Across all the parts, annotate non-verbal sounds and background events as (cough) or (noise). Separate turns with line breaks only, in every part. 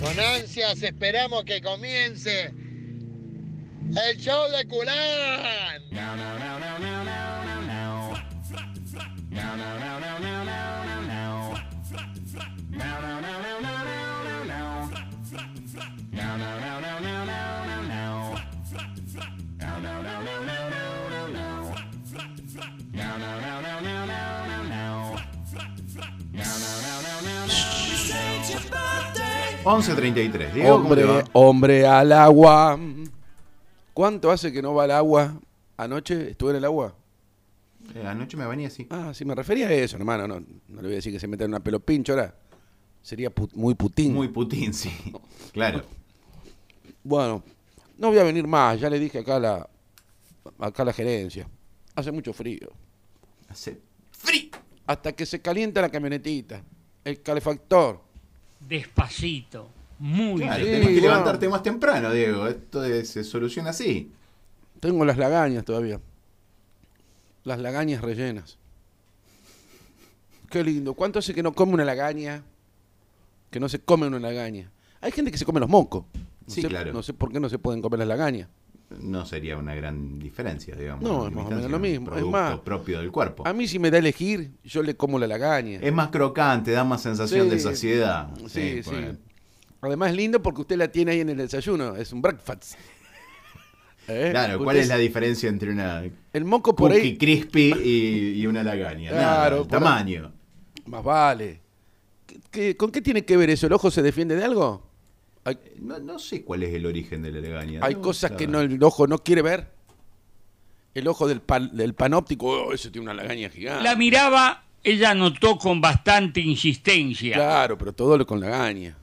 Con ansias esperamos que comience el show de Culán.
It's your birthday.
11.33. Diego, ¿cómo te
Hombre,
va?
hombre al agua. ¿Cuánto hace que no va al agua? ¿Anoche estuve en el agua?
Eh, anoche me venía así.
Ah, sí, me refería a eso, hermano. No, no le voy a decir que se meta en una pelopincho ahora. Sería put- muy putín.
Muy Putin, sí. Claro.
Bueno, no voy a venir más. Ya le dije acá a la, acá a la gerencia. Hace mucho frío.
Hace frío.
Hasta que se calienta la camionetita. El calefactor.
Despacito, muy
Claro,
Sí,
despacito.
tenés que
bueno.
levantarte más temprano, Diego. Esto es- se soluciona así.
Tengo las lagañas todavía. Las lagañas rellenas. Qué lindo. ¿Cuánto hace que no come una lagaña? Que no se come una lagaña. Hay gente que se come los mocos. No
Sí,
sé,
claro.
No sé por qué no se pueden comer las lagañas.
No sería una gran diferencia, digamos.
No,
en
es más o menos
distancia,
lo
un
mismo. Es
producto
más,
propio del cuerpo.
A mí si me da a elegir, yo le como la lagaña.
Es más crocante, da más sensación
Sí.
de saciedad. Eh,
Sí, Eh, sí.
bueno.
Además es lindo porque usted la tiene ahí en el desayuno. Es un breakfast.
(laughs)
¿Eh?
Claro, ¿cuál
Usted-
es la diferencia entre una
El moco por ahí...
cookie crispy y, y una lagaña?
Claro,
Claro,
por ahí.
tamaño.
Más vale. ¿Qué- qué- ¿Con qué tiene que ver eso? ¿El ojo se defiende de algo? Hay,
No, no sé cuál es el origen de la lagaña.
hay
No,
cosas
la
que no,
verdad.
el ojo no quiere ver. El ojo del, pan- del panóptico, oh, ese tiene una lagaña gigante.
La miraba, ella notó con bastante insistencia.
Claro, pero todo lo con lagaña.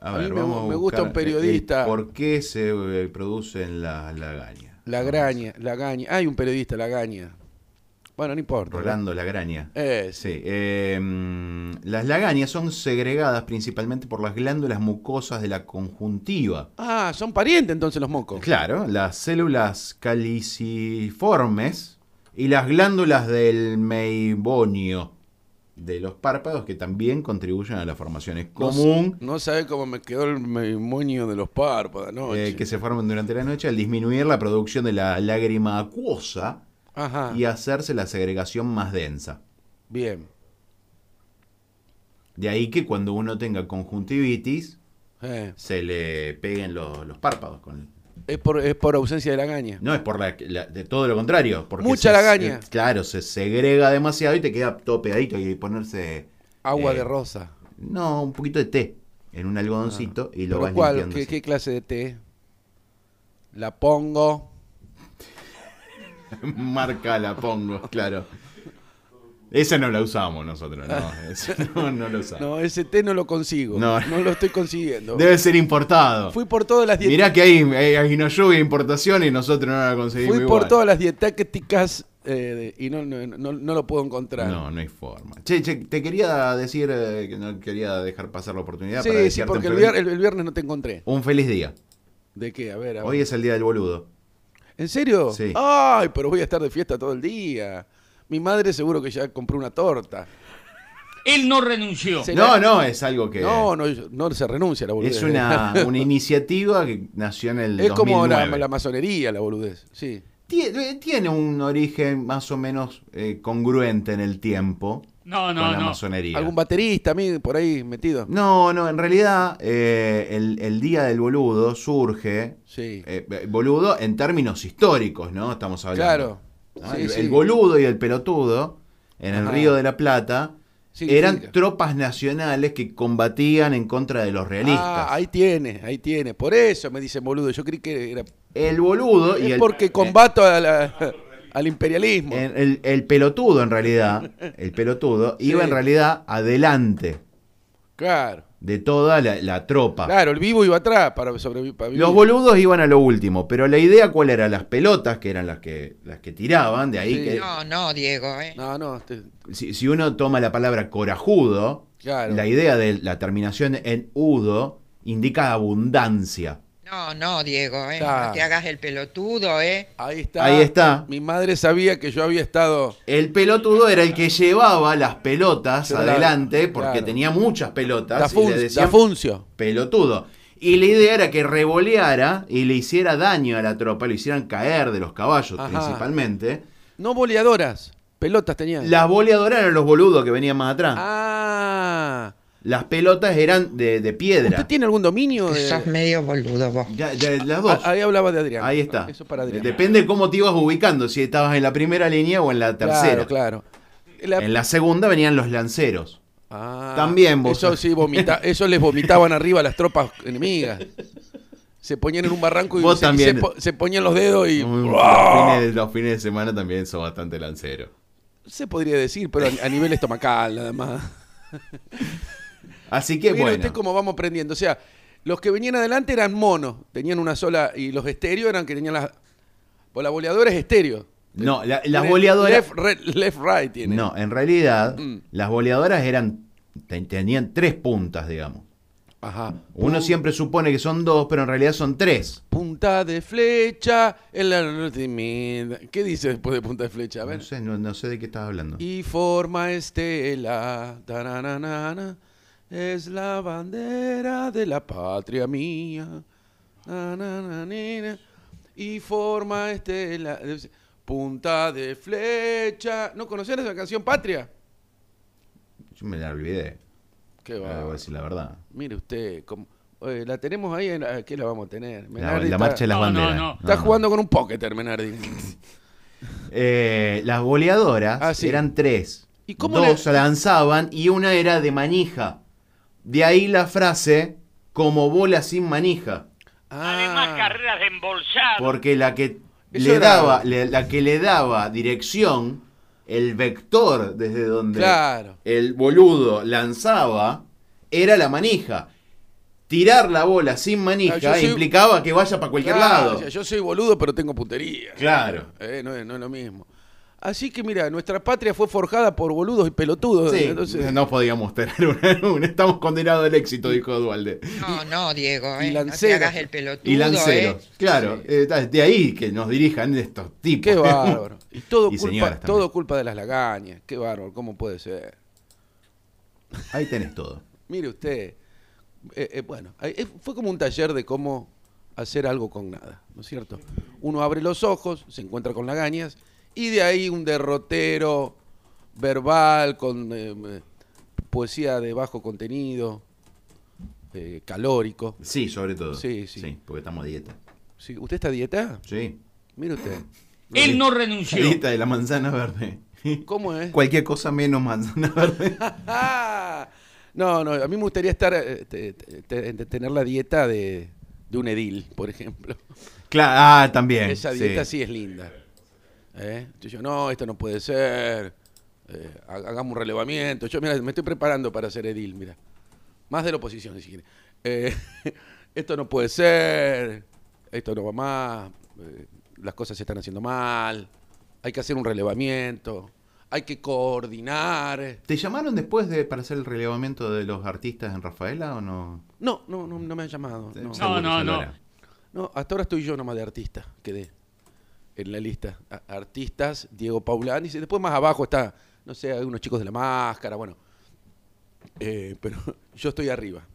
A
a
ver,
mí me-
vamos a
me gusta
buscar
un periodista.
el ¿Por qué se eh, producen las lagañas?
Lagaña, lagaña. Hay un periodista, lagaña. Bueno, no importa.
Rolando Lagraña.
Eh, sí.
Sí, eh, mm, las lagañas son segregadas principalmente por las glándulas mucosas de la conjuntiva.
Ah, son parientes entonces los mocos.
Claro, las células caliciformes y las glándulas del meibonio de los párpados que también contribuyen a la formación. Es
No s-
común eh,
No, sabe cómo me quedó el me- moño de los párpados anoche.
eh, que se formen durante la noche al disminuir la producción de la lágrima acuosa
Ajá.
y hacerse la segregación más densa.
Bien.
De ahí que cuando uno tenga conjuntivitis
Eh,
se le peguen los, los párpados. Con
Es, por, es por ausencia de lagaña.
No es por la, la- de todo lo contrario. Porque
Mucha
se-
lagaña.
eh, claro, se segrega demasiado y te queda todo pegadito y ponerse.
Agua
eh,
de rosa.
No, un poquito de té en un algodoncito y lo
Ah. ¿Pero
vas
cuál?
limpiando.
¿Qué,
así.
qué clase de té? La pongo.
(laughs) Marca la pongo, claro. Esa no la usamos nosotros, no.
(laughs)
esa no, no la usamos.
No, ese té no lo consigo. No,
No.
lo estoy consiguiendo.
Debe ser importado.
Fui por todas las dietas.
Mirá que hay, hay, hay no lluvia importación y nosotros no la conseguimos.
Fui por
igual.
todas las dietáticas eh, de- y no, no, no- no lo puedo encontrar.
No, no hay forma. Che, che, te quería decir eh, que no quería dejar pasar la oportunidad para
sí, sí,
desearte
porque
un,
el
fel-
vier- el- el viernes, no te encontré.
un feliz día.
¿De qué? A ver, a ver.
Hoy es el día del boludo.
¿En serio?
Sí.
Ay, pero voy a estar de fiesta todo el día. Mi madre seguro que ya compró una torta.
Él no renunció.
Sí.
No, no, es algo que
No, no, no se renuncia a la boludez.
es una, una iniciativa que nació en el
(laughs) Es como la,
2009.
la masonería, la boludez. Sí.
Tie- eh, Tiene un origen más o menos eh, congruente en el tiempo
No, no,
con la
no.
masonería.
¿Algún baterista a mí por ahí metido?
No, no, en realidad eh, el, el día del boludo surge
Sí.
eh, eh, boludo en términos históricos, ¿no? Estamos hablando.
Claro.
¿no? Ah,
Sí,
el,
sí.
el boludo y el pelotudo en el
Ajá.
Río de la Plata
Significa.
eran tropas nacionales que combatían en contra de los realistas.
Ah, ahí tiene, ahí tiene. Por eso me dicen boludo. Yo creí que era.
El boludo y
Es
el
porque combato a
(laughs)
la- al imperialismo.
eh, el, el pelotudo en
(laughs)
realidad, el pelotudo iba
Sí.
en realidad adelante
Claro.
de toda la, la tropa.
Claro, el vivo iba atrás para sobrevivir. para vivir.
ah. Los boludos iban a lo último, pero la idea cuál era, las pelotas que eran las que las que tiraban, de ahí
Sí.
que
No, no, Diego, ¿eh?
No, no. este-
si, si uno toma la palabra corajudo,
Claro.
la idea de la terminación en udo indica abundancia.
No, no, Diego, ¿eh?
Está.
no te hagas el pelotudo, ¿eh?
Ahí está.
Ahí está.
Mi madre sabía que yo había estado.
El pelotudo era el que llevaba las pelotas
Claro,
adelante porque
claro.
tenía muchas pelotas.
Da,
y le
fun-
decían,
da funcio.
pelotudo. Y la idea era que revoleara y le hiciera daño a la tropa, lo hicieran caer de los caballos
Ajá.
principalmente.
No boleadoras. Pelotas tenían.
Las boleadoras eran los boludos que venían más atrás.
Ah.
Las pelotas eran de, de piedra.
¿Usted tiene algún dominio de.?
Sos medio boludo vos.
Ya- ya, las dos.
Ah, Ahí hablaba de Adrián.
Ahí está.
Eso es para Adrián.
Depende de cómo te ibas ubicando, si estabas en la primera línea o en la tercera.
Claro, claro. La-
En la segunda venían los lanceros.
Ah,
También vos-
Eso sí, vomita- eso les vomitaban arriba a las tropas enemigas. Se ponían en un barranco y,
Vos
se, y
también.
se po- se ponían los dedos y.
Mm, Los fines, de, los fines de semana también son bastante lanceros.
Se podría decir, pero a, a nivel estomacal, nada más.
Así que
Mire
bueno.
usted cómo vamos aprendiendo. O sea, los que venían adelante eran monos, tenían una sola. Y los estéreos eran que tenían las. Pues la boleadora es estéreo.
No, la- las
Tienen
boleadoras.
Left, re- left, right tiene.
No, en realidad,
Mm.
las boleadoras eran. ten- tenían tres puntas, digamos.
Ajá.
Uno siempre supone que son dos, pero en realidad son tres.
Punta de flecha. en la noche mira. ¿Qué dice después de punta de flecha? A ver.
No sé, no, no sé de qué estás hablando.
Y forma este estela. taranana, es la bandera de la patria mía. nananina, y forma este estela. Punta de flecha. ¿No conocían esa canción Patria?
Yo me la olvidé.
Qué
ahora voy a
va.
decir la verdad.
Mire usted, cómo- eh, la tenemos ahí. En, eh, ¿Qué la vamos a tener?
La,
Menardi
la
está-
marcha de las
No, no,
banderas.
no.
Está jugando con un pocketer, Menardi.
Eh, las boleadoras
Ah, sí.
eran tres.
¿Y cómo
Dos
le-
lanzaban y una era de manija. De ahí la frase como bola sin manija.
Ah,
Además, carreras de embolsado.
Porque la que
Eso
le
era-
daba, le- la que le daba dirección, el vector desde donde
Claro.
el boludo lanzaba, era la manija. Tirar la bola sin manija
Claro, yo soy-
implicaba que vaya para cualquier
Claro,
lado.
o sea, yo soy boludo, pero tengo puntería.
Claro.
Eh, no, es, no es lo mismo. Así que mira, nuestra patria fue forjada por boludos y pelotudos.
Sí,
entonces,
no podíamos tener una, una- Estamos condenados al éxito, dijo Dualde.
No, no, Diego,
y
¿eh? no te
lanceros.
hagas el pelotudo,
Y lanceros.
¿eh?
Claro, eh, de ahí que nos dirijan estos tipos. (laughs)
qué bárbaro. Y todo,
Y señoras
culpa,
también.
todo culpa de las lagañas. Qué bárbaro, ¿cómo puede ser?
Ahí tenés todo.
Mire usted. eh, eh, bueno, ahí- eh, fue como un taller de cómo hacer algo con nada, ¿no es cierto? Uno abre los ojos, se encuentra con lagañas y de ahí un derrotero verbal con eh, eh, poesía de bajo contenido, eh, calórico.
Sí, sobre todo.
Sí, sí.
porque estamos a dieta.
Sí, ¿Usted está a dieta?
Sí.
Mire usted.
Él no
La
renunció.
dieta de la manzana verde.
(laughs) ¿Cómo es?
Cualquier cosa menos manzana verde.
Ah, (laughs) no, no, a mí me gustaría estar eh, te- te- te- tener la dieta de, de un edil, por (laughs) ejemplo.
Claro, ah, también.
Esa dieta sí, es linda. ¿Eh? Yo, digo, no, esto no puede ser. Eh, ha- hagamos un relevamiento. Yo, mira, me estoy preparando para ser edil, mira. Más de la oposición, si quiere. Eh, (laughs) esto no puede ser. Esto no va más. eh, las cosas se están haciendo mal. Hay que hacer un relevamiento. Hay que coordinar.
¿Te llamaron después de para hacer el relevamiento de los artistas en Rafaela o no?
No, no, no, no me han llamado. No.
No. no.
No, hasta ahora estoy yo nomás de artista, quedé en la lista. A- Artistas, Diego Paulán, y si- después más abajo está, no sé, algunos chicos de la máscara, bueno. Eh, pero (laughs) yo estoy arriba.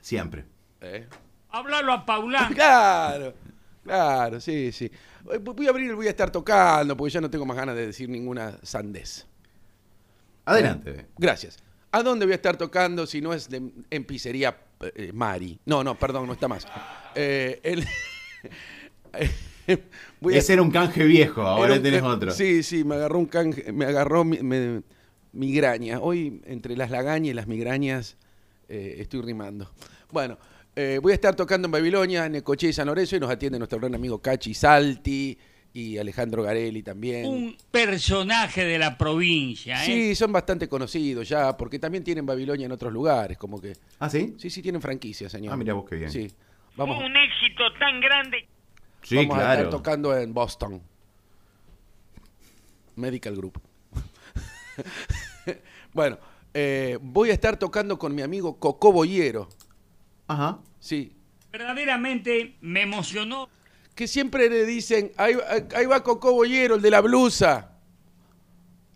Siempre.
¿eh?
Háblalo a
(laughs)
Paulán.
Claro, claro, sí, sí. Eh, vo- Voy a abrir, voy a estar tocando, porque ya no tengo más ganas de decir ninguna sandez.
Adelante.
Gracias. ¿A dónde voy a estar tocando si no es de- en pizzería eh, Mari? No, no, perdón, no está más. Eh, el- (laughs) voy a-
Ese era un canje viejo, ahora
Era un-
tenés
eh,
otro.
Sí, sí, me agarró un canje, me agarró mi- me- migraña. Hoy, entre las lagañas y las migrañas, eh, estoy rimando. Bueno, eh, voy a estar tocando en Babilonia, en Ecoche y San Lorenzo, y nos atiende nuestro gran amigo Cachi Salti y Alejandro Garelli también.
Un personaje de la provincia, ¿eh?
Sí, son bastante conocidos ya, porque también tienen Babilonia en otros lugares, como que...
¿Ah, sí?
Sí, sí, tienen franquicia, señor.
Ah, mirá vos qué bien.
Sí, vamos,
éxito tan grande.
Sí,
vamos a estar
claro.
tocando en Boston. Medical Group. (laughs) bueno, eh, voy a estar tocando con mi amigo Coco Boyero.
Ajá.
Sí,
Verdaderamente me emocionó
Que siempre le dicen, ahí, va- ahí va Coco Bollero, el de la blusa.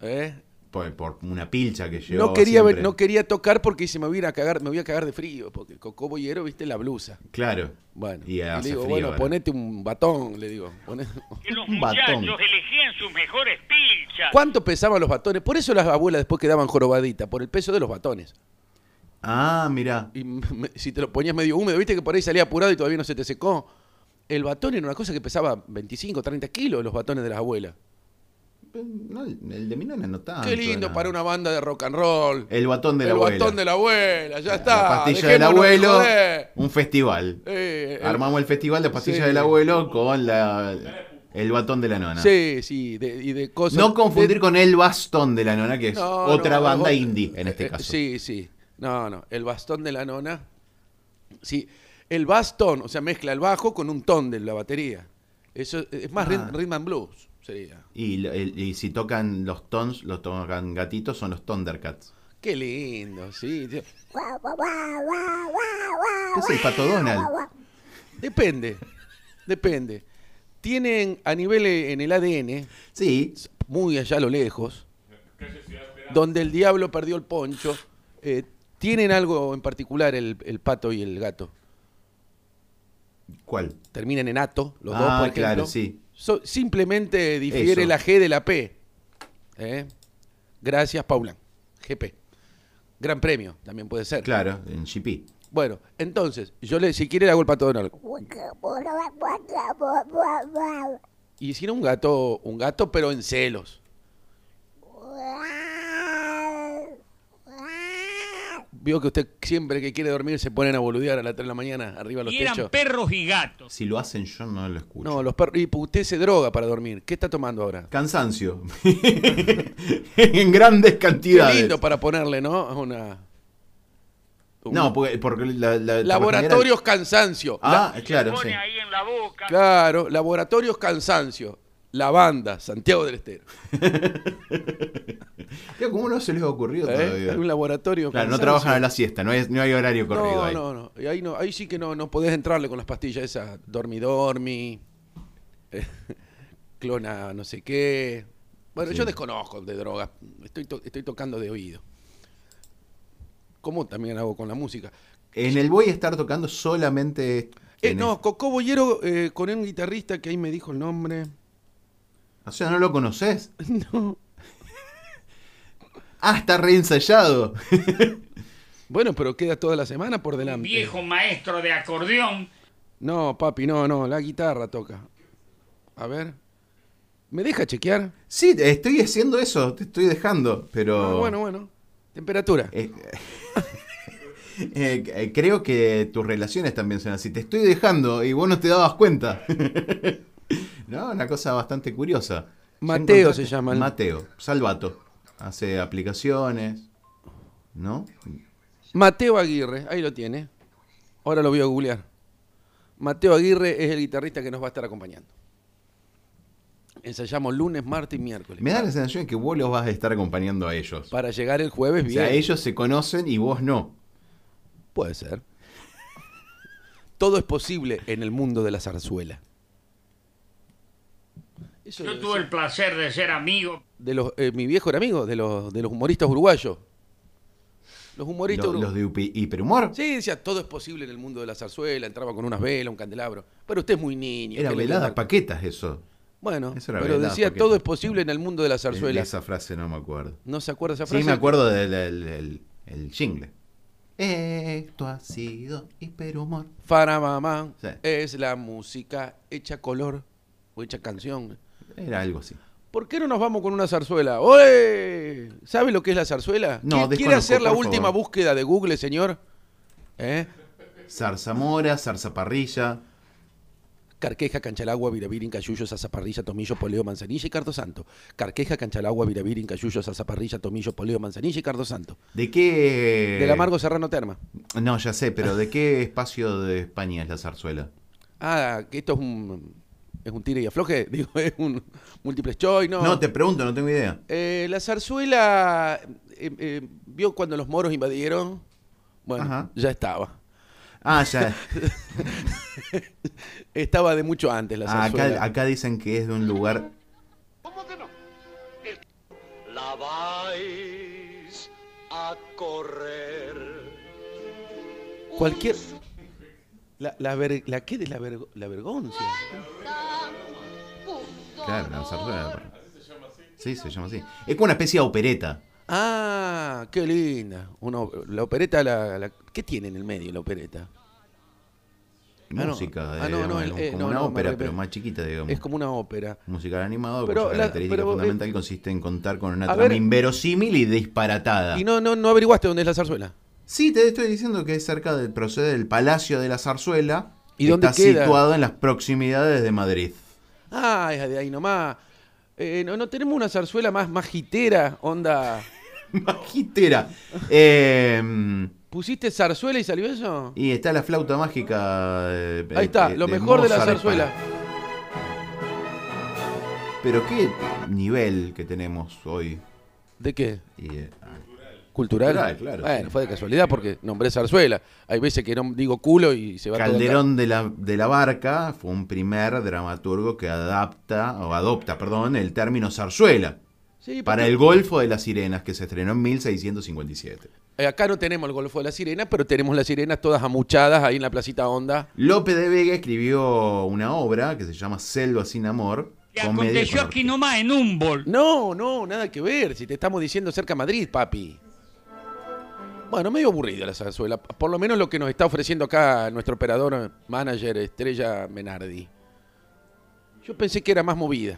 ¿Eh?
Por, por una pilcha que llevó.
No quería,
oh,
ver-
siempre.
no quería tocar porque se me voy a ir a cagar, me voy a cagar de frío, porque Coco Bollero, viste, la blusa.
Claro.
Bueno,
Y
le
hace
digo,
frío
bueno,
ahora.
ponete un batón, le digo. poné-
que los
Un batón.
muchachos elegían sus mejores pilchas.
¿Cuánto pesaban los batones? Por eso las abuelas después quedaban jorobaditas, por el peso de los batones.
Ah, mira.
Y me- me- si te lo ponías medio húmedo, viste que por ahí salía apurado y todavía no se te secó. El batón era una cosa que pesaba 25, 30 kilos, los batones de las abuelas.
No, el de mi nana no tanto,
Qué lindo
era-
para una banda de rock and roll.
Ah, El batón de la
El
abuela.
batón de la abuela, ya está.
La pastilla del
dejémonos de
abuelo.
joder.
Un festival.
Eh, el-
Armamos el festival de pastillas
Sí.
del abuelo con la, el batón de la nona.
Sí, sí, de- y de cosas.
No confundir
de-
con el bastón de la nona, que es
No,
otra
no,
banda
otra-
indie en este
eh,
caso.
Sí, sí. No, no. El bastón de la nona. Sí. El bastón, o sea, mezcla el bajo con un ton de la batería. Eso es- es más
Ah.
rit- rhythm and blues, sería.
Y, lo- el- y si tocan los tons, los tocan gatitos, son los Thundercats.
Qué lindo, sí. sí.
¿Qué es el pato Donald?
Depende. Depende. Tienen a nivel eh, en el ADN,
Sí,
muy allá a lo lejos, donde el diablo perdió el poncho, eh, tienen algo en particular el, el pato y el gato.
¿cuál?
Terminan en ato, los dos,
Ah,
por ejemplo.
claro, sí.
So- simplemente difiere
Eso.
la G de la P. ¿Eh? Gracias, Paula. GP. Gran premio, también puede ser.
Claro, en GP.
Bueno, entonces, yo le, si quiere le hago el pato Donald. Y si no, un gato, un gato, pero en celos. Vio que usted siempre que quiere dormir se ponen a boludear a las 3 de la mañana arriba de los
Y eran
techos.
perros y gatos.
Si lo hacen yo no lo escucho.
No, los perros. Y pues, usted se droga para dormir. ¿Qué está tomando ahora?
Cansancio. (laughs) en grandes
Qué
cantidades.
lindo para ponerle, ¿no? A Una. un-
No, porque, porque la, la-
Laboratorios Cansancio.
Ah, claro, sí.
Pone ahí en la boca.
La- claro, Laboratorios Cansancio. La banda, Santiago del Estero.
Tío, ¿Cómo no se les ha ocurrido
¿Eh?
todavía?
Hay un laboratorio
Claro, no
Cansancio.
trabajan a la siesta, no hay, no hay horario corrido
No,
ahí.
no, no. Y ahí, no. ahí sí que no, no podés entrarle con las pastillas esas. Dormi, dormi. eh, (laughs) clona, no sé qué. Bueno,
Sí.
yo desconozco de drogas. Estoy, to- estoy tocando de oído. Como también hago con la música.
En el voy a estar tocando solamente.
Eh,
en
no, Coco Bollero eh, con un guitarrista que ahí me dijo el nombre.
O sea, ¿no lo conoces?
(laughs) No.
Ah, está reensayado.
Bueno, pero queda toda la semana por delante.
Viejo maestro de acordeón.
No, papi, no, no, la guitarra toca. A ver. ¿Me deja chequear?
Sí, estoy haciendo eso, te estoy dejando, pero.
Ah, bueno, bueno. Temperatura.
Eh, eh, eh, creo que tus relaciones también son así. Te estoy dejando y vos no te dabas cuenta. (laughs) no, una cosa bastante curiosa.
Mateo
Ya encontraste-
se llama el-
Mateo, Salvato. Hace aplicaciones. ¿No?
Mateo Aguirre, ahí lo tiene. Ahora lo voy a googlear. Mateo Aguirre es el guitarrista que nos va a estar acompañando. Ensayamos lunes, martes y miércoles.
Me da la sensación de que vos los vas a estar acompañando a ellos.
Para llegar el jueves
O
bien.
sea, ellos se conocen y vos no.
Puede ser. Todo es posible en el mundo de la zarzuela. Eso
Yo
debe
tuve
ser.
el placer de ser amigo
de los, eh, mi viejo era amigo de los, de los humoristas uruguayos. Los humoristas
Lo- los
uruguayos.
de Upi- hiperhumor.
Sí, decía, todo es posible en el mundo de la zarzuela, entraba con unas velas, un candelabro. Pero usted es muy niño.
Era
¿qué le
veladas
voy a dar?
paquetas eso.
Bueno,
Eso era
pero
verdad,
decía,
porque-
todo es posible en el mundo de la zarzuela.
Esa frase no me acuerdo.
¿No se acuerda esa frase?
Sí, me acuerdo del del- del- el jingle. Esto ha sido hiperhumor.
Faramamá
Sí.
es la música hecha color o hecha canción.
Era algo así.
¿Por qué no nos vamos con una zarzuela? ¡Oe! ¿Sabe lo que es la zarzuela?
No,
¿Qui- ¿Quiere
desconozco,
hacer la
por
última
favor.
búsqueda de Google, señor? ¿Eh?
Zarzamora, zarzaparrilla.
Carqueja, Canchalagua, Viravirin, Cayullo, Zazaparrilla, Tomillo, Poleo, Manzanilla y Cardo Santo. Carqueja, Canchalagua, Viravirin, Cayullo, Zazaparrilla, Tomillo, Poleo, Manzanilla y Cardo Santo.
¿De qué.
Del Amargo Serrano Terma.
No, ya sé, pero ¿de qué espacio de España es la zarzuela?
Ah, que esto es un, es un tire y afloje, (laughs) digo, es un múltiple choice, ¿no?
No, te pregunto, no tengo idea.
Eh, la zarzuela, eh, eh, ¿vio cuando los moros invadieron? Bueno,
Ajá.
ya estaba.
Ah, ya.
Estaba de mucho antes (laughs) la
Ah,
zarzuela.
acá, acá dicen que es de un lugar.
La vais a correr.
Cualquier. La, la, ver- la qué de la, vergo- la vergüenza.
Claro, la zarzuela. Sí, se llama así. Es como una especie de opereta.
Ah, qué linda. Una o- la opereta, la, la- ¿qué tiene en el medio la opereta? no.
Música,
Ah, no,
digamos,
no, el- eh,
como
no,
una
no, me
ópera,
arrepentí.
pero más chiquita, digamos.
Es como una ópera.
Musical animado,
Pero
cuya
la-
característica
pero, eh,
fundamental consiste en contar con una
a
trama
ver-
inverosímil y disparatada.
Y no, no, no averiguaste dónde es la zarzuela.
Sí, te estoy diciendo que es cerca del procede del Palacio de la Zarzuela.
¿Y
que
dónde
está
queda?
situado en las proximidades de Madrid. (laughs)
Ah, es de ahí nomás. Eh, no, no tenemos una zarzuela más majitera, onda.
Magitera. Eh,
¿Pusiste zarzuela y salió eso?
y está la flauta mágica. eh,
Ahí está,
de-
lo mejor de la
Mozart
zarzuela.
para- Pero qué nivel que tenemos hoy.
¿De qué?
Y, eh, ah,
¿Cultural?
Cultural, claro,
Bueno,
sí.
fue de casualidad porque nombré zarzuela. Hay veces que no digo culo y se va todo acá.
Calderón de la, de la Barca fue un primer dramaturgo que adapta, o adopta, perdón, el término zarzuela
Sí,
para
porque-
el Golfo de las Sirenas, que se estrenó en 1657.
Eh, Acá no tenemos el Golfo de las Sirenas, pero tenemos las sirenas todas amuchadas ahí en la placita Onda.
Lope de Vega escribió una obra que se llama Selva sin amor.
Que
comedia
aconteció
con
aquí
orquesta.
nomás en Humboldt.
No, no, nada que ver. Si te estamos diciendo cerca a Madrid, papi. Bueno, medio aburrida la zarzuela. Por lo menos lo que nos está ofreciendo acá nuestro operador, manager Estrella Menardi. Yo pensé que era más movida.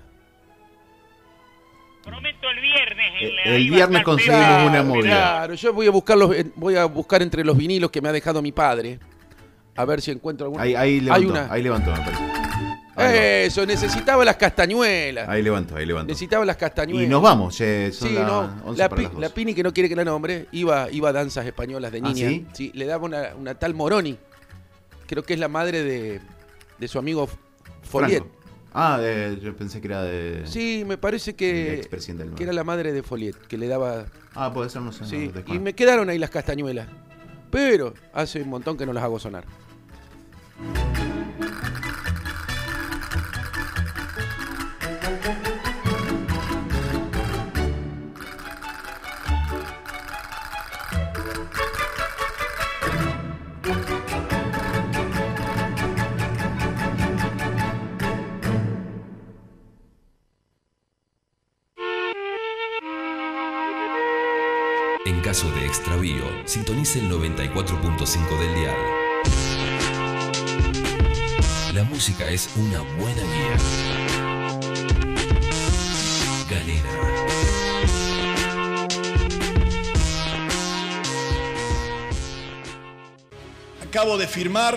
Prometo el viernes. en la-
El- Eh, el
iba a
viernes
estar
conseguimos
Pepe.
una movida.
Claro, yo voy a buscar los, eh, voy a buscar entre los vinilos que me ha dejado mi padre. A ver si encuentro alguna.
Ahí, ahí
Hay
levantó,
una.
ahí levantó, me parece. Ahí va.
Eso, necesitaba las castañuelas.
Ahí levantó, ahí levantó.
Necesitaba las castañuelas.
Y nos vamos, che, son
Sí,
las
no.
11
La,
para
Pi-
las 12.
la Pini, que no quiere que la nombre, iba, iba a danzas españolas de
¿Ah,
niña.
sí?
le daba una, una tal Moroni. Creo que es la madre de, de su amigo F- Folliet.
Franco. Ah, de- yo pensé que era de...
Sí, me parece
El
que,
expresidente del
que era la madre de Folliet, que le daba.
Ah, puede ser, no sé.
sí,
no, desconozco.
y me quedaron ahí las castañuelas. Pero hace un montón que no las hago sonar.
En caso de extravío, sintonice el 94.5 del dial. La música es una buena guía. Galena.
Acabo de firmar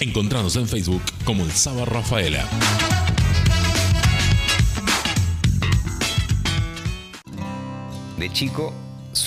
Encontranos en Facebook como el Saba Rafaela.
De chico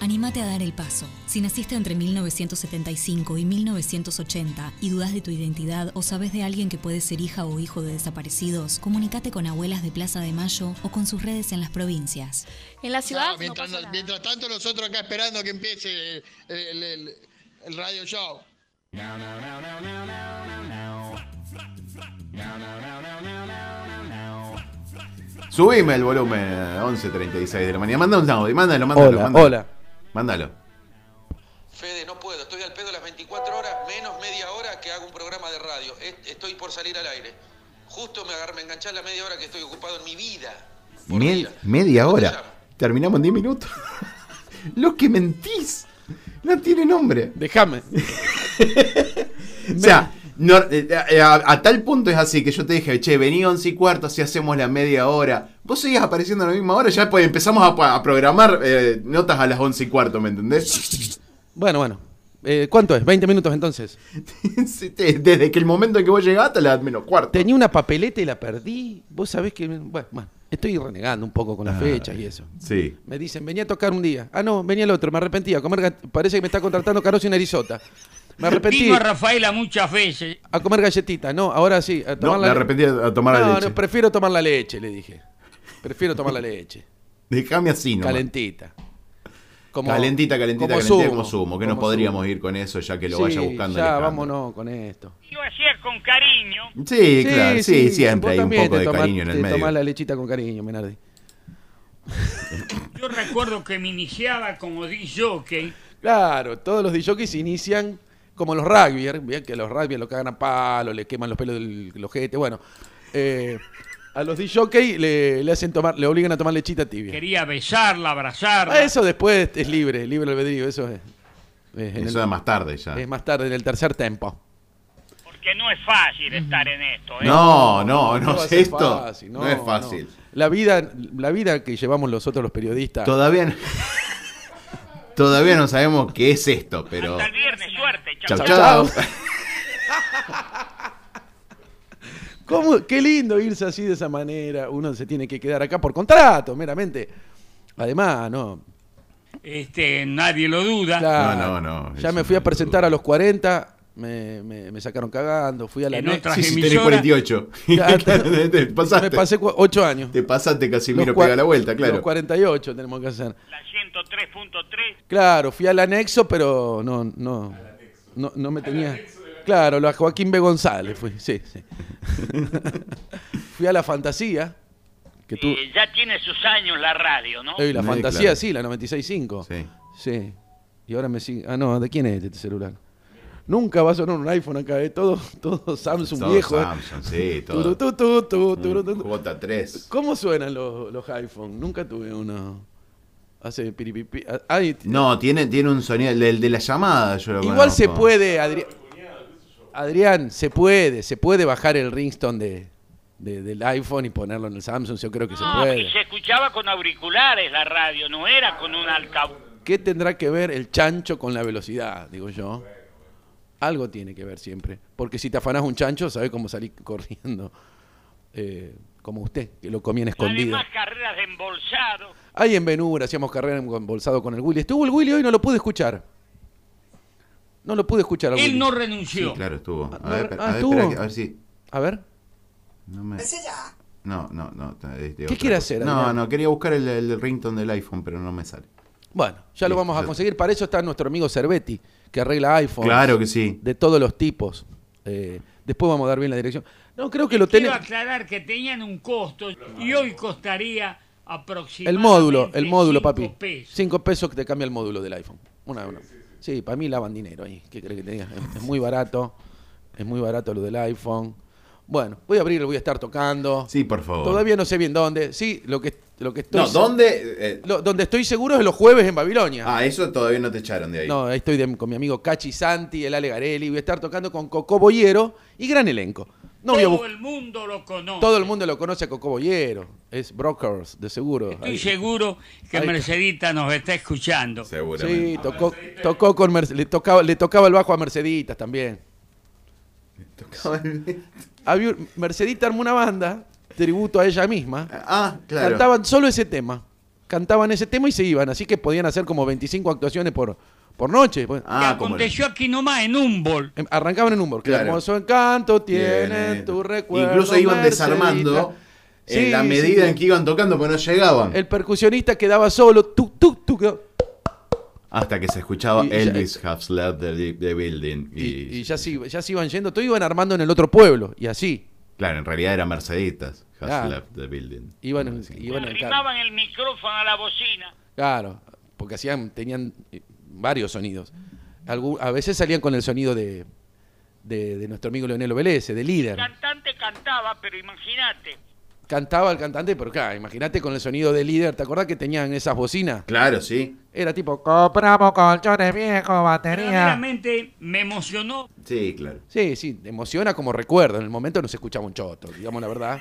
Anímate a dar el paso. Si naciste entre 1975 y 1980 y dudas de tu identidad o sabes de alguien que puede ser hija o hijo de desaparecidos, comunícate con abuelas de Plaza de Mayo o con sus redes en las provincias.
En la ciudad
No,
no
mientras,
pasa nada.
mientras tanto, nosotros acá esperando que empiece el, el- el- el radio show.
Subime el volumen eh, a 11.36 de la mañana. Manda un audio, mándalo, mándalo.
hola,
mándalo.
hola.
Mándalo.
Fede, no puedo, estoy al pedo las 24 horas, menos media hora que hago un programa de radio. Es- Estoy por salir al aire. Justo me, agar- me enganchás la media hora que estoy ocupado en mi vida. Por
Mel-
día.
media
¿Cómo te
hora.
llamas?
Terminamos en 10 minutos. (laughs) Los que mentís. No tiene nombre.
Déjame.
(laughs) O sea, no- eh, eh, a, a tal punto es así que yo te dije, che, vení 11 y cuarto, así hacemos la media hora. Vos seguías apareciendo a la misma hora, ya pues empezamos a, pa- a programar eh, notas a las 11 y cuarto, ¿me entendés? (laughs)
Bueno, bueno. Eh, ¿Cuánto es? ¿20 minutos entonces?
Sí, te- Desde que el momento en que vos llegaste a la menos cuarto.
Tenía una papeleta y la perdí. Vos sabés que. Bueno, bueno, estoy renegando un poco con las
Ah,
fechas y eso.
Sí.
Me dicen, venía a tocar un día. Ah, no, venía el otro, me arrepentí. A comer gat- Parece que me está contratando Carosi en Arizota. Me arrepentí.
Vino a Rafaela muchas veces.
A comer galletitas, no, ahora sí. A tomar
No,
la
me arrepentí a a tomar
no,
la leche.
no, prefiero tomar la leche, le dije. Prefiero tomar la leche.
Dejame así, (laughs) ¿no?
Calentita. Como-
calentita, calentita,
como
calentita, como sumo. Que no
como
podríamos
sumo.
ir con eso ya que lo
Sí,
vaya buscando.
Ya,
Alejandro.
vámonos con esto.
Lo hacía con cariño.
Sí, claro, sí, siempre
vos
hay un
también
poco
te
de
tomás-
cariño en el
te
medio.
tomás la lechita con cariño, Menardi.
Yo recuerdo que me iniciaba como DJ
Claro, todos los DJs inician como los rugbyers, bien que los rugbyers lo cagan a palo, le queman los pelos del ojete, bueno. eh, a los DJs le, le hacen tomar, le obligan a tomar lechita tibia.
quería besarla,
Ah,
abrazarla.
Eso después es libre, libre albedrío, eso es. es en
Eso
el-
era más tarde ya.
es más tarde, en el tercer tempo.
Porque no es fácil estar en esto. ¿eh?
No, no, no,
va a
es
ser
esto
fácil,
no, es fácil.
no. La vida, la vida que llevamos nosotros los periodistas.
Todavía no, (laughs) todavía no sabemos qué es esto, pero
Hasta el viernes, suerte. Chau,
chau
chau.
chau. (laughs)
¿Cómo? Qué lindo irse así de esa manera. Uno se tiene que quedar acá por contrato, meramente. Además, no.
Este, nadie lo duda.
No,
claro,
no, no,
Ya
eso
me fui a
no
presentar
dudo.
a los 40, me, me- me sacaron cagando, fui a la
En
ne-
(laughs)
otra-
Sí, sí,
Emisora.
tenés
(laughs)
48. (laughs)
Ya,
Claro, te- te
Me
pasaste.
pasé 8 años.
Te pasaste, Casimiro
Los cua-
pega la vuelta,
Los
claro.
48 tenemos que hacer.
La 103.3.
Claro, fui al anexo, pero no, no, no, no me tenía. Claro, lo a Joaquín B. González fui, sí,
(laughs)
sí. fui a la fantasía, que tú.
Eh, ya tiene sus años la radio, ¿no?
Ey, la
Sí,
fantasía,
claro.
sí, la 96.5.
Sí.
Sí. Y ahora me sigue. Ah, no, ¿de quién es este celular? Nunca va a sonar un iPhone acá, ¿eh? Todo, todo Samsung
Todo
viejo. ¿eh?
Samsung, sí, todo. Mm,
Turututu, tu, turututu.
J3.
¿Cómo suenan los, los iPhone? Nunca tuve uno. Hace piripipi. ah, ay, t-
No, tiene, tiene un sonido. El del- de la llamada, yo lo
Igual se
conozco.
puede, Adrián. Adrián, se puade, se puede bajar el ringstone de, de- del iPhone y ponerlo en el Samsung, yo creo que se
No, Ah, y
puede.
se escuchaba con auriculares la radio, no era con un altavoz.
¿Qué tendrá que ver el chancho con la velocidad, digo yo? Algo tiene que ver siempre. Porque si te afanás un chancho, sabes cómo salir corriendo. Eh, como usted, que lo comían escondido.
Además, carreras de embolsado.
Ahí en Benur hacíamos carrera embolsado con el Willy. Estuvo el Willy hoy, no lo pude escuchar. No lo pude escuchar al
Él
Willy.
no
Sí,
renunció.
claro, estuvo.
Ah,
A ver, per-
ah,
a ver,
estuvo.
espera que- a ver si.
A ver.
No me. No, no, no. ta- es de
¿Qué
otra
quiere
cosa.
hacer,
No,
Adrián?
no, quería buscar el, el ringtone del iPhone, pero no me sale.
Bueno, ya
Sí,
lo vamos a
yo-
conseguir. Para eso está nuestro amigo Cervetti, que arregla iPhone.
Claro que sí.
De todos los tipos. Eh, después vamos a dar bien la dirección. No, creo que lo
Quiero
tenemos.
aclarar que tenían un costo y hoy costaría aproximadamente
El módulo, el módulo, papi.
cinco pesos.
Cinco pesos que te cambia el módulo del iPhone. Una, una. Sí, para mí lavan dinero ahí. ¿Qué crees que te diga? Es, es muy barato. Es muy barato lo del iPhone. Bueno, voy a abrir, voy a estar tocando.
Sí, por favor.
Todavía no sé bien dónde. Sí, lo que, lo que estoy.
No, ¿dónde? Eh,
lo- donde estoy seguro es los jueves en Babilonia.
ah, eso todavía no te echaron de ahí.
No, ahí estoy de- con mi amigo Cachi Santi, el Ale Garelli. Voy a estar tocando con Coco Boyero y gran elenco. No voy a
Todo
buscar.
el mundo lo conoce.
Todo el mundo lo conoce a Coco Boyero. Es Brokers, de seguro.
Estoy
Ahí.
seguro que
Ahí.
Mercedita nos está escuchando.
Seguramente.
Sí, tocó, tocó con Merce- le, tocaba, le tocaba el bajo a Merceditas también.
Ah,
Había un- Mercedita armó una banda, tributo a ella misma.
Ah, claro.
Cantaban solo ese tema. Cantaban ese tema y se iban, así que podían hacer como 25 actuaciones por, por noche. Pues,
que
Ah, como
aconteció aquí nomás en un bol.
Em- Arrancaban en un humor.
Claro.
Qué hermoso encanto tiene,
Tiene-
tu recuerdo.
Incluso iban
Mercedita.
desarmando en
Sí,
la
sí,
medida
sí.
en que iban tocando, porque no llegaban.
El percusionista quedaba solo. Tuc, tuc, tuc,
Hasta que se escuchaba
Y ya-
Elvis Have Slept the, the Building. Y,
y, y ya, se, iba- ya se iban yendo. Todos iban armando en el otro pueblo. Y así.
Claro, en realidad era Merceditas. Have
Claro.
Slept the Building.
Iban, iban en
Arrimaban el micrófono a la bocina.
Claro, porque hacían, tenían eh, varios sonidos. Algu- a veces salían con el sonido de, de, de nuestro amigo Leonel Vélez, de líder.
El cantante cantaba, pero imagínate.
Cantaba el cantante, pero claro, imagínate con el sonido de líder. ¿Te acordás que tenían esas bocinas?
Claro, sí.
Era tipo.
Compramos colchones viejos, batería.
Verdaderamente me emocionó.
Sí, claro.
Sí, sí, te emociona como recuerdo. En el momento no se escuchaba un choto, digamos la verdad.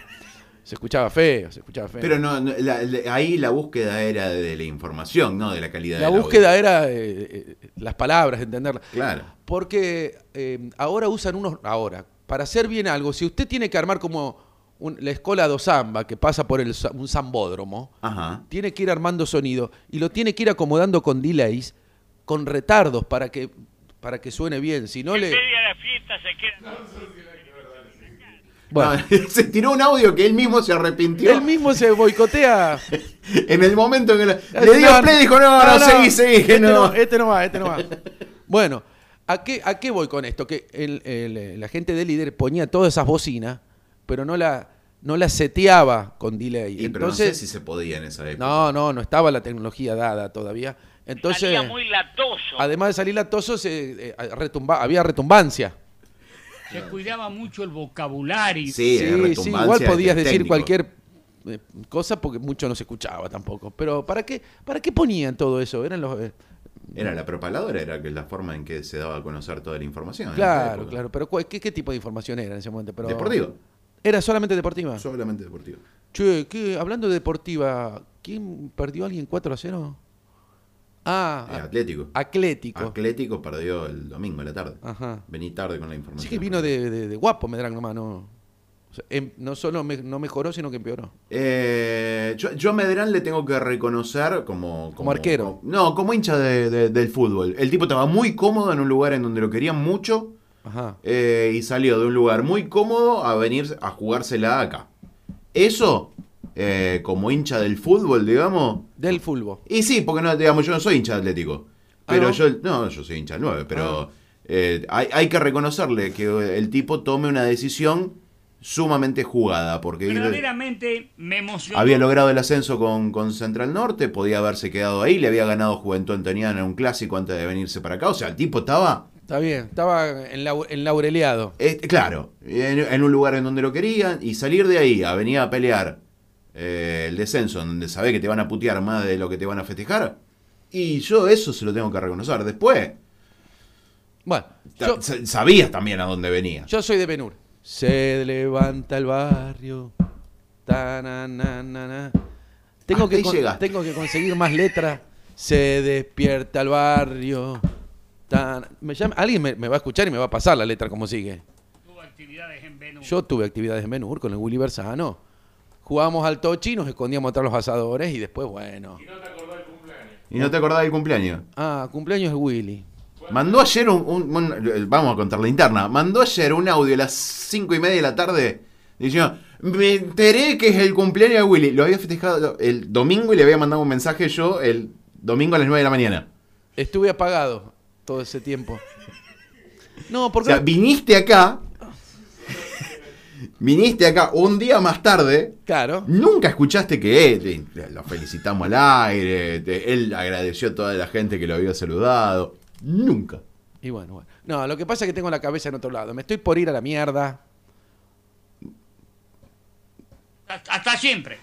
Se escuchaba feo, se escuchaba feo.
Pero no, no, la- la- ahí la búsqueda era de la información, no de la calidad
La
del audio.
búsqueda era eh, eh, las palabras, entenderlas.
Claro.
Porque eh, ahora usan unos. Ahora, para hacer bien algo, si usted tiene que armar como un- la escola do samba que pasa por el, sa- un zambódromo,
Ajá.
tiene que ir armando sonido y lo tiene que ir acomodando con delays, con retardos para que para que suene bien. Si no le. Bueno.
No, (laughs) se tiró un audio que él mismo se arrepintió.
Él mismo se boicotea.
en el momento en que la- le dio play, dijo, no, no, seguí, seguí,
Este
no.
no. este no va, este no va. (laughs) Bueno, ¿a qué, ¿a qué voy con esto? Que el- el- eh, la gente de líder ponía todas esas bocinas, pero no la, no la seteaba con delay.
Y, pero no sé
Entonces,
si se podía en esa época.
no, no, no estaba la tecnología dada todavía. Entonces,
Salía muy latoso.
además de salir latoso, se, eh, retumba- había retumbancia.
Se cuidaba mucho el vocabulario.
Sí, eh, retumbancia
igual podías
de
decir
técnico.
cualquier eh, cosa porque mucho no se escuchaba tampoco. Pero ¿para qué, para qué ponían todo eso? Eran los... eh,
Era la propaladora, era que la forma en que se daba a conocer toda la información. en esa
Claro,
época.
claro. Pero ¿cuál- ¿qué, qué tipo de información era en ese momento? Pero, Ah.
Deportivo.
¿Era solamente deportiva?
Solamente deportivo.
Che, ¿qué- hablando de deportiva, ¿quién perdió a alguien 4 a 0? Ah,
Eh, Atlético.
Atlético.
Atlético perdió el domingo a la tarde.
Ajá.
Vení tarde con la información.
Así que vino de, de- de guapo Medrano, nomás, ¿no? O sea, em- no solo me- no mejoró, sino que empeoró.
Eh, yo, yo a Medrán le tengo que reconocer como... Como,
arquero.
como- no, como hincha de- de- del fútbol. El tipo estaba muy cómodo en un lugar en donde lo querían mucho
Ajá.
eh, y salió de un lugar muy cómodo a venir a jugársela acá. Eso, eh, como hincha del fútbol, digamos...
Del fútbol.
Y sí, porque no, digamos, yo no soy hincha de Atlético.
Ah,
Pero
¿no? Ah.
yo... No, yo soy hincha del 9, pero... eh, hay, hay que reconocerle que el tipo tome una decisión sumamente jugada, porque...
Verdaderamente me emocionó.
Había logrado el ascenso con, con Central Norte, podía haberse quedado ahí, le había ganado Juventud Antoniana en un clásico antes de venirse para acá. O sea, el tipo estaba,
Está bien, estaba en, lau- en laureleado.
este, claro, en, en un lugar en donde lo querían y salir de ahí a venir a pelear eh, el descenso, en donde sabe que te van a putear más de lo que te van a festejar. Y yo eso se lo tengo que reconocer. Después,
Bueno,
ta-
yo,
sa- sabías también a dónde venía.
yo soy de Benur. Se levanta el barrio. Ta, na, na, na, na. Tengo,
Hasta
que
Ah, ahí
con-
llegaste.
tengo que conseguir más letras. Se despierta el barrio. Ta, na- me llama- alguien me, me va a escuchar y me va a pasar la letra como sigue.
Tuvo actividades en Venus.
Yo tuve actividades en Benur con el Willy Bersano. Jugábamos al tochi, nos escondíamos atrás de los asadores y después, bueno.
Y no te acordás del cumpleaños.
Ah, cumpleaños de Willy.
Mandó ayer un, un- un- Vamos a contar la interna. Mandó ayer un audio a las 5 y media de la tarde. Diciendo: Me enteré que es el cumpleaños de Willy. Lo había festejado el domingo y le había mandado un mensaje yo el domingo a las 9 de la mañana.
Estuve apagado todo ese tiempo. No,
O
porque
sea, viniste acá. (laughs) viniste acá un día más tarde.
Claro.
Nunca escuchaste que él. eh, Lo felicitamos al aire. te- él agradeció a toda la gente que lo había saludado. Nunca.
Y bueno, bueno. No, lo que pasa es que tengo la cabeza en otro lado. Me estoy por ir a la mierda.
Hasta hasta siempre.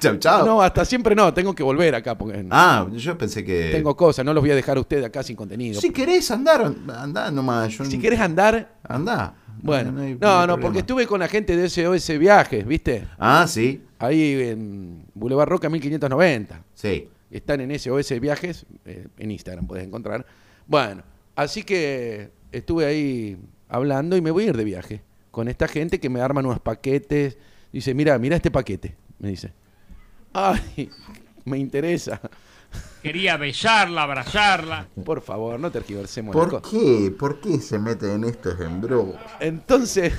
Chau, chau.
No, hasta siempre no. Tengo que volver acá porque
Ah, yo pensé que.
tengo cosas. No los voy a dejar a ustedes acá sin contenido.
Si querés andar, andá nomás. Yo
Si querés andar.
Andá.
Bueno, no,
hay-
no,
hay problema.
porque estuve con la gente de SOS Viajes, ¿viste?
Ah, sí,
Ahí en Boulevard Roca 1590.
sí.
Están en SOS Viajes. eh, en Instagram puedes encontrar. Bueno, así que estuve ahí hablando y me voy a ir de viaje con esta gente que me arman unos paquetes. Dice, mira, mira este paquete. Me dice. Ay, me interesa.
Quería besarla, abrazarla.
Por favor, no tergiversemos las
¿Por
cosas.
qué? ¿Por qué se mete en estos embrobos?
Entonces,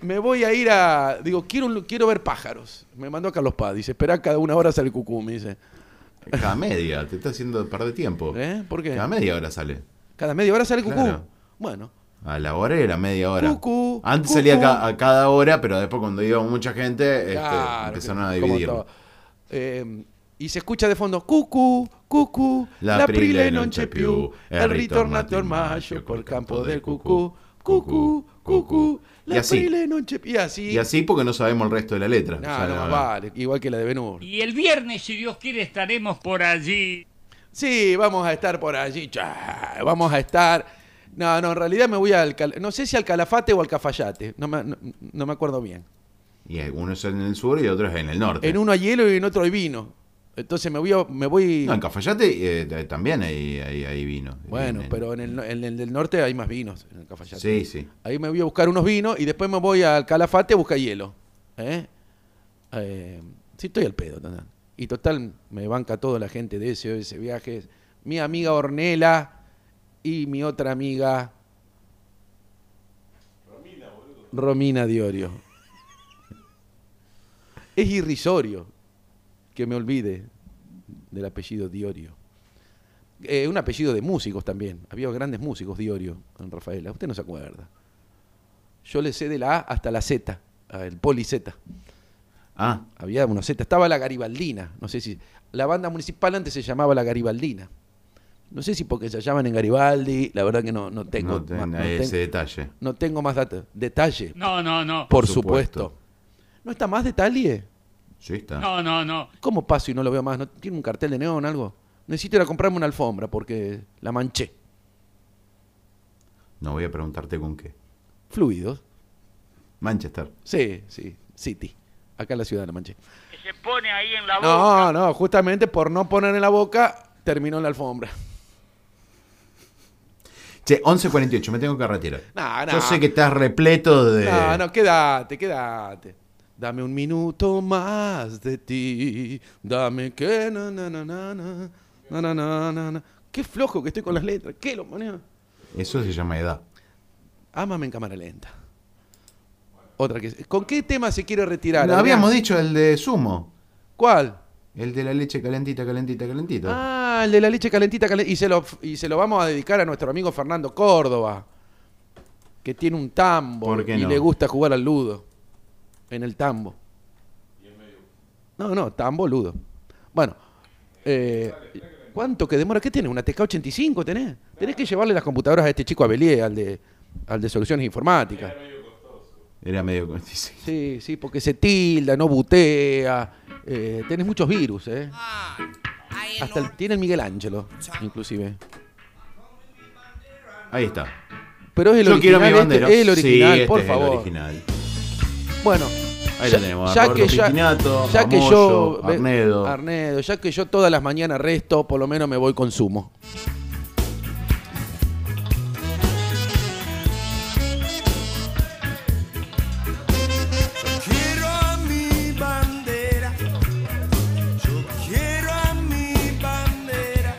me voy a ir a. Digo, quiero, un lu- quiero ver pájaros. Me mandó a Carlos Paz. Dice, espera cada una hora sale el cucú. Me dice,
Cada media, te está haciendo perder tiempo.
¿eh? ¿Por qué?
Cada media hora sale.
Cada media hora sale el cucú.
Claro.
Bueno,
A la hora era media hora.
Cucú,
Antes
cucú.
salía ca- a cada hora, pero después cuando iba mucha gente, este,
Claro,
empezaron a
que- como
dividir.
todo. Eh, y se escucha de fondo, cucu, cucu,
La
la,
prile
prile
non
non c'è
c'è
più,
più,
el
el
ritornato
ritornato
in
in
maggio
maggio
col
col
campo
campo
del
del
cucu,
cucú,
cucu, cucu,
cucu. Y
la
así.
prile non c'è più. Y así,
Y así porque no sabemos el resto de la letra.
no,
O sea,
no,
la-
vale, igual que la de Benur.
Y el viernes, si Dios quiere, estaremos por allí.
Sí, vamos a estar por allí, cha, vamos a estar... No, no, en realidad me voy al... Cal- No sé si al Calafate o al Cafayate, no me, no- no me acuerdo bien.
Y algunos en el sur y otros en el norte.
En uno hay hielo y en otro hay vino. Entonces me voy. a- me voy...
No, en Cafayate eh, t- también hay, hay- hay vino.
bueno,
En- en-
pero en el, no- en el del norte hay más vinos, en el Cafayate.
Sí, sí.
Ahí me voy a buscar unos vinos y después me voy al Calafate a buscar hielo. ¿Eh? Eh, sí, estoy al pedo. tata. Y total, me banca toda la gente de ese, ese viaje. Mi amiga Ornela y mi otra amiga. Romina Diorio. (laughs) Es irrisorio que me olvide del apellido Diorio. Eh, un apellido de músicos también. Había grandes músicos Diorio en Rafaela. Usted no se acuerda. Yo le sé de la A hasta la Z, ah, el poli Z.
Ah.
Había una Z. Estaba la Garibaldina. No sé si. La banda municipal antes se llamaba la Garibaldina. No sé si porque se llaman en Garibaldi. La verdad que no, no tengo.
no ten-
más- no
hay ese
ten-
detalle.
no tengo más datos. Detalle.
No, no, no.
Por supuesto. ¿No está más detalle?
Sí, está.
No, no, no.
¿Cómo paso y no lo veo más? ¿No tiene un cartel de neón algo? Necesito ir a comprarme una alfombra porque la manché.
No voy a preguntarte con qué.
Fluidos.
Manchester.
Sí, sí. City. Acá en la ciudad la manché.
Que se pone ahí en la boca.
No, no, justamente por no poner en la boca, terminó en la alfombra.
Che, 11.48, me tengo que retirar.
No, no.
Yo sé que estás repleto de...
No, no, quédate, quédate. Dame un minuto más de ti. Dame que na na na na na na na na na, na. Qué flojo que estoy con las letras. Qué lo manejo.
Eso se llama edad.
Ámame en cámara lenta. Otra que ¿Con qué tema se quiere retirar?
No,
Adrián?
habíamos dicho el de sumo.
¿Cuál?
El de la leche calentita, calentita, calentita.
Ah, el de la leche calentita, calen- Y se, lo, y se lo vamos a dedicar a nuestro amigo Fernando Córdoba, que tiene un tambo
¿Por qué
y
no?
le gusta jugar al ludo. En el tambo. No, no, tambo, ludo. Bueno, eh, ¿cuánto que demora? ¿Qué tiene? ¿Una TK85 tenés? Tenés que llevarle las computadoras a este chico Abelier, al de, al de soluciones informáticas.
Era medio... con- sí, sí.
Sí, sí, porque se tilda, no butea. eh, tenés muchos virus, ¿eh? Hasta el- tiene el Miguel Ángelo, inclusive.
Ahí está.
Pero es el
Yo quiero
original.
mi
este-
bandera.
es el original,
Sí, este
por
es el
favor.
original.
Bueno,
Ahí
ya,
lo tenemos,
ya
Roberto
que ya,
Pitinato,
ya que yo
Armoyo,
ve-
Arnedo.
Arnedo, ya que yo todas las mañanas resto, por lo menos me voy con sumo.
Quiero a mi bandera, yo quiero a mi bandera,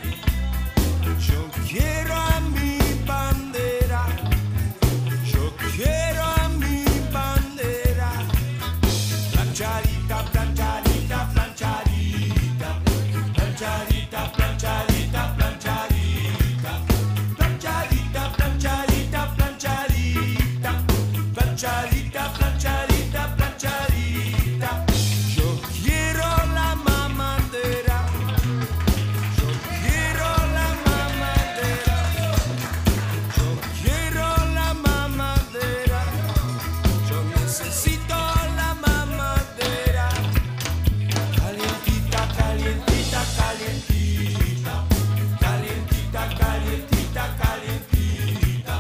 yo quiero a mi bandera, yo quiero a mi bandera, plancharita, plancharita, plancharita, plancharita, plancharita, plancharita, plancharita, plancharita, plancharita. Planchadita, planchadita, planchadita. Yo quiero la mamadera. Yo quiero la mamadera. Yo quiero la mamadera. Yo necesito la mamadera. Calientita, calientita, calientita. Calientita, calientita, calientita.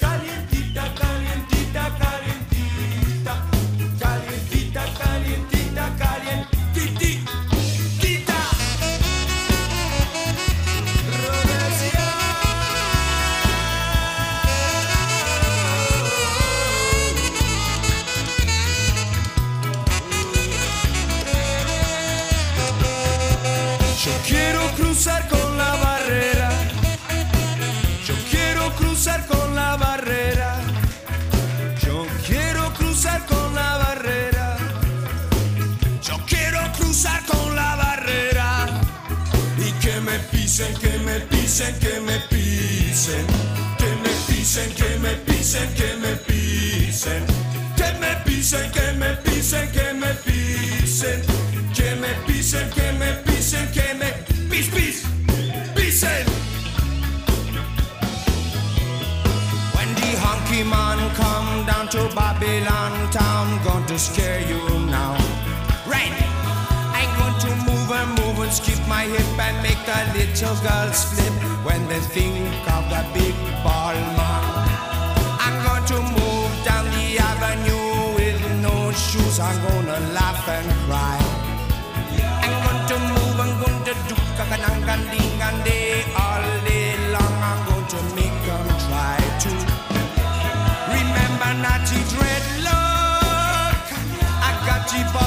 Calientita, calientita, calientita. Calientita, calientita, calientita. Rodecia.
Yo
Quiero cruzar con la barrera. Yo quiero cruzar con la barrera. Yo quiero cruzar con la barrera. Yo quiero cruzar con la barrera. Y que me pisen, que me pisen, que me pisen. Que me pisen, que me pisen, que me pisen. Que me pisen, que me pisen, que me pisen. Que me pisen, que me pisen, que me pis pis pisen. When the honky man come down to Babylon town, going to scare you now. Right. I'm going to move and move and skip my hip and make the little girls flip when they think of the big ball man. I'm going to move down the avenue with no shoes cause I'm gonna laugh and cry. I'm going to move, I'm going to do kakanangandingande all day long. I'm going to make them try to remember not to dreadlock. I got you, boy.